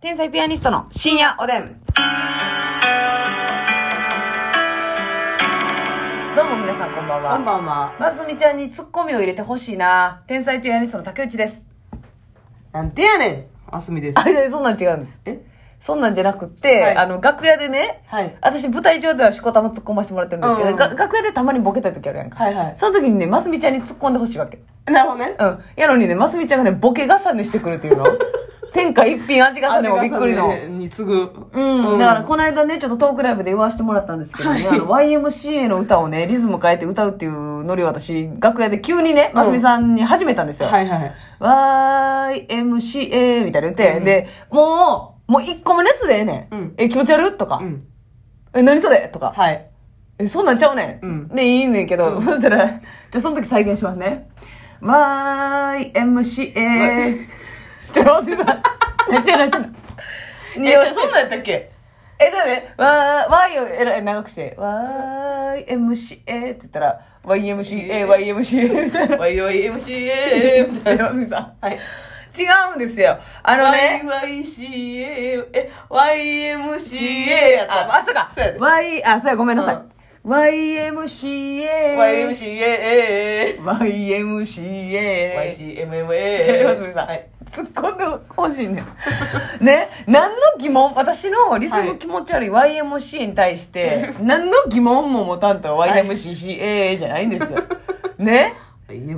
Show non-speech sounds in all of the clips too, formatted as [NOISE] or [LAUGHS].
天才ピアニストの深夜おでん。どうも皆さんこんばんは。こんばんは。ますみちゃんにツッコミを入れてほしいな。天才ピアニストの竹内です。なんてやねんあすみです。あ、いやそんなん違うんです。えそんなんじゃなくて、はいあの、楽屋でね、はい私舞台上ではしこたま突っ込ませてもらってるんですけど、うんが楽屋でたまにボケたい時あるやんか。はいはいその時にね、ますみちゃんに突っ込んでほしいわけ。なるほどね。うん。やのにね、ますみちゃんがね、ボケ重ねしてくるっていう [LAUGHS] の。天下一品味重ねもびっくりの。ねに次ぐ。うん、だからこの間ね、ちょっとトークライブで言わせてもらったんですけどね、あの YMCA の歌をね、リズム変えて歌うっていうノリを私、楽屋で急にね、ますみさんに始めたんですよ。はいはい。 YMCA みたいなの言って、で、もう、もう一個目のやつでええねん。うんえ、気持ち悪いとか、うん。え、何それとか、はい。え、そんなんちゃうねん。うんで、いいねんけど、そしたら、じゃあその時再現しますね。YMCA。ちょ、ますみ [LAUGHS] さん。何してる何してるえ、じゃあそんなんやったっけ [LAUGHS] え、そうだね。わー、Y をえらい長くして、わー、MCA って言ったら、YMCA、YMCA みたいな。 ?YYMCA みたいな。ますみさん。はい。違うんですよ。あのね、 YYCA、え、YMCA やった。あ、あ、そうかそうや。で Y、あ、そうや、ごめんなさい。YMCA。 YMCA、 YMCA。 YCMMA。ますみさんはい。。突っ込んでほしいね。 [LAUGHS] ね、何の疑問、私のリズム気持ち悪い YMCA に対して、何の疑問も持たんと YMCA じゃないんですよ。ね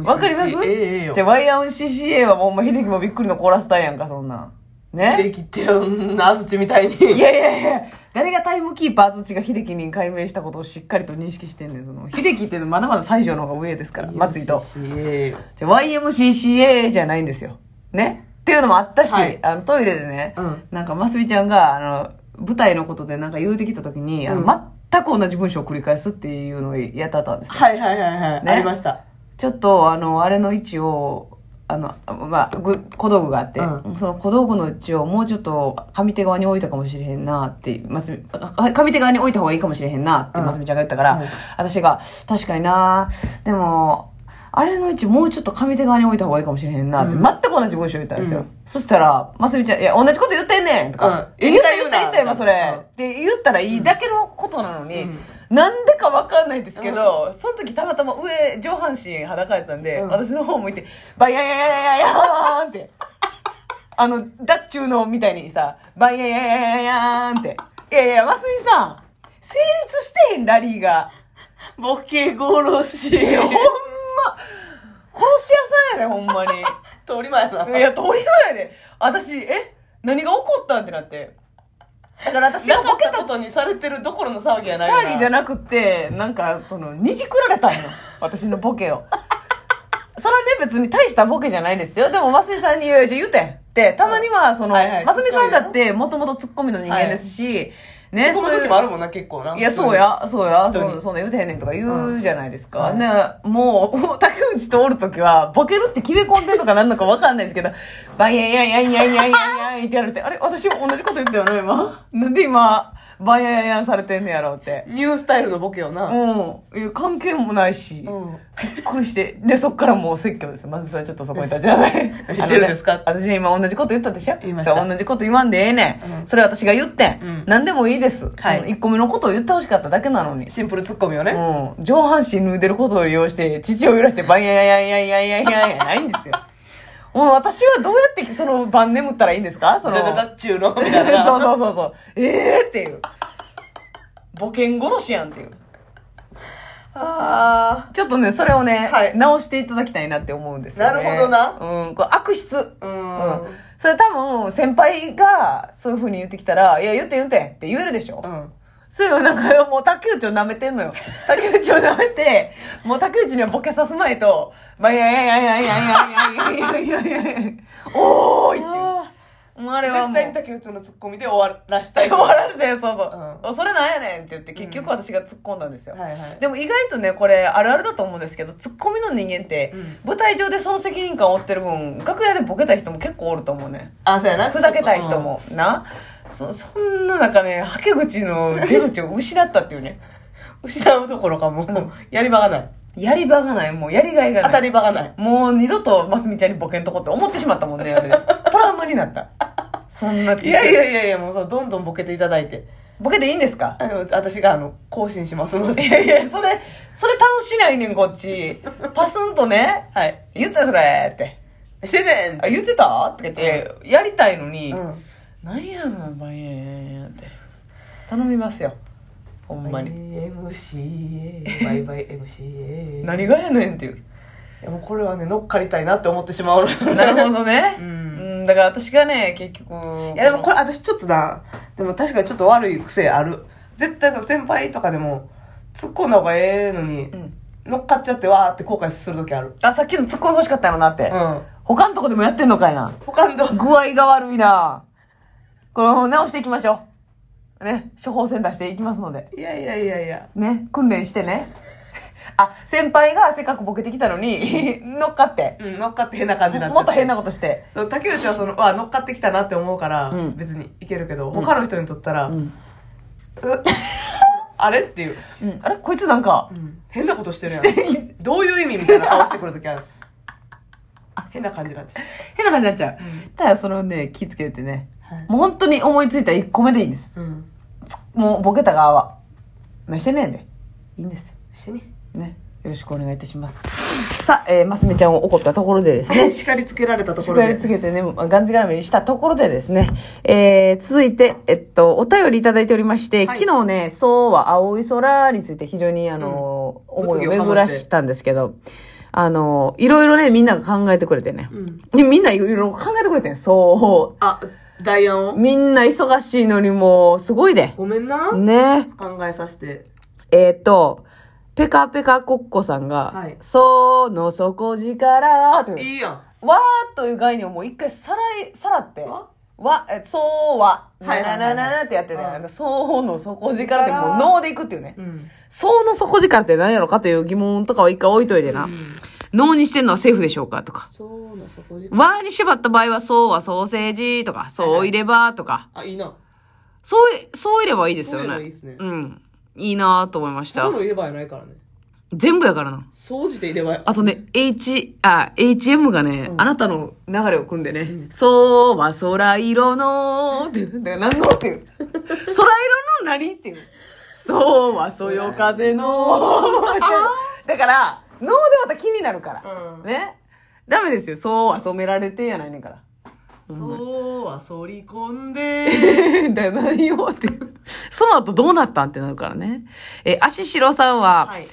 わかります YMCA よじゃ。あ YMCA はもうほんま秀樹もびっくりのコーラスタイやんか、そんなん。ねできてよ、あずちみたいに。いやいやいや、誰がタイムキーパー土が秀樹に解明したことをしっかりと認識してんねん。その秀樹っていうのはまだまだ西条の方が上ですから、松井と。 YMCA よ。じゃあ YMCCA じゃないんですよ。ね。っていうのもあったし、はいあのトイレでね、うんなんかますみちゃんが、あの、舞台のことでなんか言うてきた時に、あのうん全く同じ文章を繰り返すっていうのをやってたんですよ。はいはいはいはい。ねありました。ちょっと、あの、あれの位置を、あの、まあ、ぐ小道具があって、うんその小道具の位置をもうちょっと上手側に置いたかもしれへんなって、ますみ、あ上手側に置いた方がいいかもしれへんなって、うんますみちゃんが言ったから、うん私が、確かになでも、あれの位置もうちょっと上手側に置いた方がいいかもしれへんなって、うん全く同じ文章言ったんですよ。うんそしたら、ますみちゃん、いや、同じこと言ってんねんとか、うんえ言った言言っうたな言った今それうんって言ったらいいだけのことなのに、うんなんでかわかんないですけど、その時たまたま上、上半身裸やったんで、うん私の方向いて、バイヤヤヤヤヤヤーンって、 [LAUGHS] あの、ダッチューのみたいにさ、バイヤヤヤヤヤーンって。いやいや、マスミさん、成立してへん、ラリーが。ボケ殺し。いやほんま、殺し屋さんやで、ほん [LAUGHS] まに。通り前だいや、鳥肌やで。私、え何が起こったんってなって。だから私がなかボっケたたことにされてるどころの騒ぎやないよな騒ぎじゃなくて、なんか、その、にじくられ [LAUGHS] たんよ。私のボケを。それはね、別に大したボケじゃないですよ。でも、ますみさんに、いやいやじゃあ言うてん。って、たまには、その、はいはいますみさんだって、もともとツッコミの人間ですし、ね、ツッコそうむい時うも。あるもんな結構ないいや、そうや、そうや、人にそうそんな言うてへんねんとか言うじゃないですか。うんね、もう、竹内とおるときは、ボケるって決め込んでるのかなんのかわかんないですけど、バイヤイヤイヤイヤイヤイヤイってやられて、あれ私も同じこと言ったよな、今。なんで今、バイヤイヤイヤンされてんねやろうって。ニュースタイルのボケよなうん。いや、関係もないし、うんびっくりして。で、そっからもう説教ですよ。まずさん、ちょっとそこに立ちなさい。何してるんですかあのね私今同じこと言ったでしょ言いましたそら同じこと言わんでええねん。うんそれ私が言ってん。うん何でもいいです。はいその1個目のことを言ってほしかっただけなのに。シンプルツッコミをねうん。上半身脱いでることを利用して、父を揺らして、バンヤヤヤヤヤヤヤヤないんですよ。もう私はどうやってその晩眠ったらいいんですかそダの。ダダっちゅうのみたいなそうそうそうそう。ええー、っていう。ボケン殺しやんっていう。あちょっとね、それをね、はい直していただきたいなって思うんですよ、ね。なるほどな。うん。これ悪質。ーううんうん。それ多分、先輩が、そういう風に言ってきたら、いや、言って言ってって言えるでしょ、そういうなんか、もう竹内を舐めてんのよ。竹内を舐めて、もう竹内にはボケさすまいと、まあ、いやいやいやいやいやいやいやいやいやいやいやおーいっていう。あもうあれーは絶もう対に。竹内のツッコミで終わらしたい終わらせて、そうそう。うおそれなんやねんって言って、結局私が突っ込んだんですよ。はいはいでも意外とね、これあるあるだと思うんですけど、ツッコミの人間って、うん舞台上でその責任感を負ってる分、楽屋でボケたい人も結構おると思うね。あそうやなふざけたい人も。な。そ、そんな中ね、はけ口の出口を失ったっていうね。うん失うところかもんうやり場がないやり場がない、もうやりがいが当なたい。り場がないもう二度とますみちゃんにボケんとこって思ってしまったもんね、あれで。トラウマになった。そんなついやいやいやいや、もうそう、どんどんボケていただいて。ボケでいいんですかあの、私が、あの、更新しますのいで。やいや、それ、それ楽しないねん、こっち。パスンとね、はい。言ったよそれって。してねんあ、言ってたって言って、やりたいのに、うん。なんやろ、バイエンって。頼みますよ。ほんまに。 MCA、バイバイ [LAUGHS] MCA。何がやねんっていう。いやもうこれはね、乗っかりたいなって思ってしまうの。 [LAUGHS] なるいほどね。うんん。だから私がね、結局。いやでもこれ私ちょっとな、でも確かにちょっと悪い癖ある。絶対その先輩とかでも、突っ込んだ方がええのにう、ん。乗っかっちゃってわーって後悔する時ある。あ、さっきのツッコミ欲しかったのなって。うん。他のとこでもやってんのかいな。他のど、具合が悪いな。これも直していきましょう。ね。処方箋出していきますので。いやいやいやいや。ね。訓練してね。あ、先輩がせっかくボケてきたのに、 [LAUGHS] 乗っかって。うん、乗っかって変な感じになっちゃもっと変なことして。そう竹内はその、わ、乗っかってきたなって思うから、うん別にいけるけど、他の人にとったら、ん。う [LAUGHS] あれっていう、うん。あれこいつなんか、変なことしてるやん。変どういう意味みたいな顔してくるときあ [LAUGHS] る。変な感じになっちゃな感じになっちゃう。うんただそれをね、気ぃつけてね。はいもう本当に思いついた1個目でいいんです。う。うん。もうボケた側は。何してんねんで。いいんですよ。してね。ね。よろしくお願いいたします。さあ、えー、ますみちゃんを怒ったところでですね。叱りつけら [LAUGHS] れたところ縛で。りつけてね、がんじがらめにしたところでですね、えー、続いて、えっと、お便りいただいておりまして、はい昨日ね、そうは青い空について非常に、あの、うん思いを巡らしたんですけど、あの、いろいろね、みんなが考えてくれてね。うん。でみんないろいろ考えてくれてん、そあ、ダイアンう。をみんな忙しいのにもう、すごいね。ごめんな。ね。考えさせて。えっ、と、ペカペカコッコさんが、はいその底力っていいやん。わーという概念をもう一回さらい、さらって、わわ、えそうは、はないはいはないなななってやってね、うんなんかそうの底力ってもう脳でいくっていうねう。ん。そうの底力って何やろかという疑問とかを一回置いといてな。脳にしてんのはセーフでしょうかとか。そうな、そこ時間。わーに縛った場合は、そうはソーセージとか、そういればとか、あ、いいな。そうい、そういればいいですよそういればね。いいですねうん。いいなーと思いましたそう。の入れ歯やないからね。全部やからな。掃除で入れ歯や。あとね、H、あ、HM がね、あなたの流れを組んでね、そうは空色のって、だから何の [LAUGHS] っていう。空色の何っていう。そうはそよ風のだから、脳でまた気になるから。うんね。ダメですよ。そうは染められてやないねんから。そうは反り込ん [LAUGHS] で。だよ、何をって。その後どうなったんってなるからね。え、足白さんは、はい。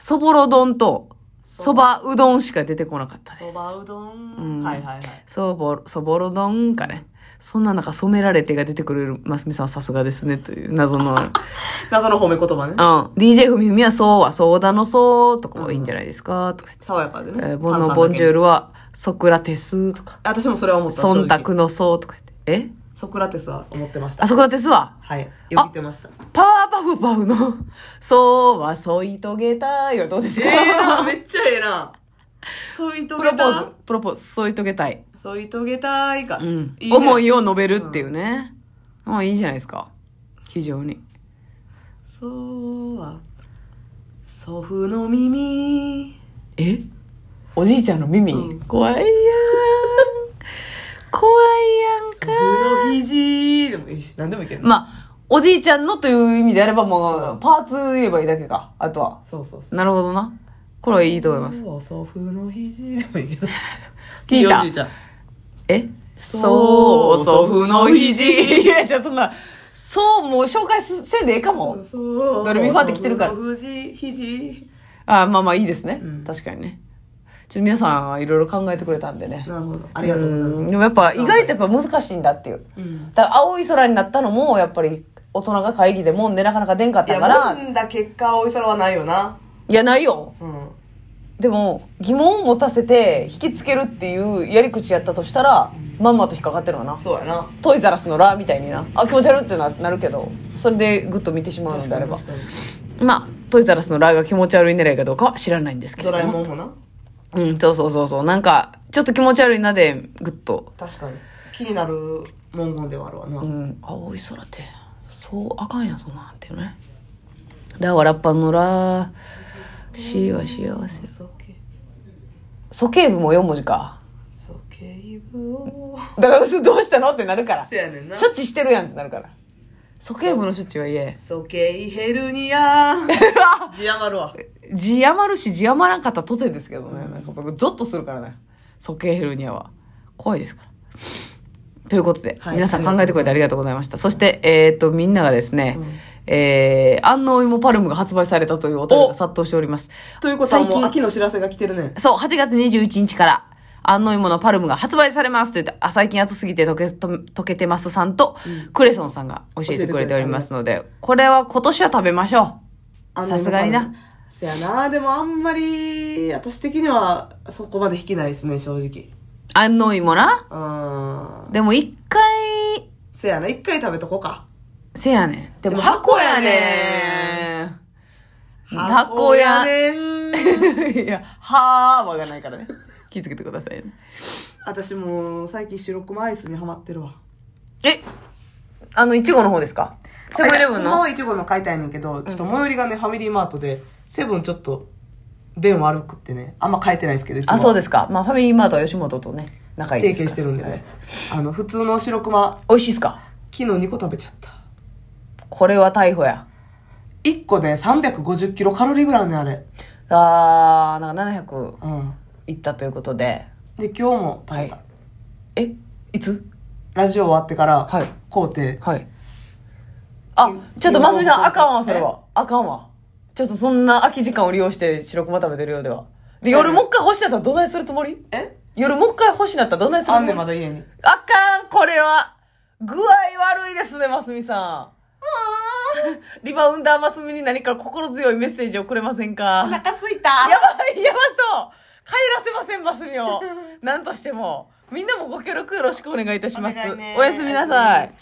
そぼろ丼と、そばうどんしか出てこなかったです。そばうどんん。はいはいはい。そぼろ、そぼろ丼かね。そんな中、染められてが出てくれる、ますみさんはさすがですね、という謎のある。謎の褒め言葉ねうん。。DJ ふみふみはそうは、そうだのそうとかはいいんじゃないですか、とか爽やかでね。言って。えー、ボ炭ンノ酸だけボンジュールは、ソクラテスとか、私もそれは思った。忖正直度のそうとか言って。えソクラテスは思ってましたあ、。ソクラテスは、はい。よぎってました。パワーパフパフの、そうは添い遂げたいはどうですえか、えな、めっちゃええな。添い遂プげロポーたズ、プロポーズ、添い遂げたい。添い遂げたいか。うん。いいね思いを述べるっていうね。まあいいじゃないですか。非常に。そうは、祖父の耳。えおじいちゃんの耳、うん怖いやん。怖い祖やんか。父の肘。でもいいし、何でもいけるな。まあ、おじいちゃんのという意味であればもう、パーツ言えばいいだけか。あとは。そうそうそう。なるほどな。これはいいと思います。そう祖父の肘でもいいけど。 [LAUGHS] 聞いたおじいちゃんえそそうう、祖父の祖父の肘。いや、ちょっとな、そう、もう紹介すせんでええかも。そうドレミファって来てるから祖父の肘、肘。あまあまあいいですね。うん確かにね。ちょっと皆さんいろいろ考えてくれたんでね。なるほど。ありがとうございますうんでもやっぱ意外とやっぱ難しいんだっていう。。うんだから青い空になったのもやっぱり大人が会議でもんでなかなか出んかっいやたからいや飲んだ結果おいそらはないよなないようんでも疑問を持たせて引きつけるっていうやり口やったとしたらまんまと引っかかってるわなそうやなトイザラスのラみたいになあ気持ち悪いってななるけどそれでグッと見てしまうのであれば確かに確かまあトイザラスのラが気持ち悪い狙いかどうかは知らないんですけにれドラえどももんもなうんそうそうそうそうなんかちょっと気持ち悪いなでグッと、確かに気になる文言ではあるわな、うん、青い空ってそうあかんやそんなんってねラはラッパのラしは幸せそけ鼠径部も4文字かそけ警部を。だからそれどうしたのってなるから [LAUGHS] せやねんな。処置してるやんってなるから鼠径部の処置は言え鼠径ヘルニア。 [LAUGHS] 字余るわ。字余るし字余らんかったとてですけどね、なんか僕ゾッとするからね鼠径ヘルニアは怖いですからということで、はい皆さん考えてくれてありがとうございましたそしてえっ、とみんながですね、うんえー、安納芋パルムが発売されたというお便りがお殺到しておりますということは最も近う秋の知らせが来てるね。そう、8月21日から、安納芋のパルムが発売されますと言って、あ、最近暑すぎて溶け、と溶けてますさんと、クレソンさんが教えてくれておりますので、これは今年は食べましょう。さすがにな。。せやな、でもあんまり、私的にはそこまで引きないですね、正直。安納芋な。うん。でも一回、せやな、一回食べとこうか。せやねん。でもでも箱箱ややねねん。箱や。ねん。いや、はーわがないからね。気づけてくださいね。私もう最近白熊アイスにハマってるわ。え、あの、いちごの方ですかセブンイレブンほんまのはいちごの買いたいねんけど、ちょっと最寄りがね、ファミリーマートで、セブンちょっと、便悪くってね、あんま買えてないんですけど、あ、そうでですか。まあ、ファミリーマートは吉本とね、仲いいで提すから携してるんでね。あの、普通の白熊、美味しいっすか昨日2個食べちゃった。これは逮捕や。 1個ね、350キロカロリーぐらいあるね、あれ。あー、なんか700うん。いったということで。で、今日も食はべいた。。えいつラジオ終わってから、はい買うて、はい。あ、ちょっとますみさん、あかんわ、それは。あかんわ。ちょっとそんな空き時間を利用して白熊食べてるようでは。で、夜もう一回干しなったらどないするつもりえ夜もう一回干しなったらどないするあつもんねりん、まだ家に。あかん、これは。具合悪いですね、ますみさん。リバウンダーますみに何か心強いメッセージをくれませんか腹すいたやばい、やばそう。帰らせません、マスミを。なんとしても。みんなもご協力よろしくお願いいたします。お願いねおやすみなさい。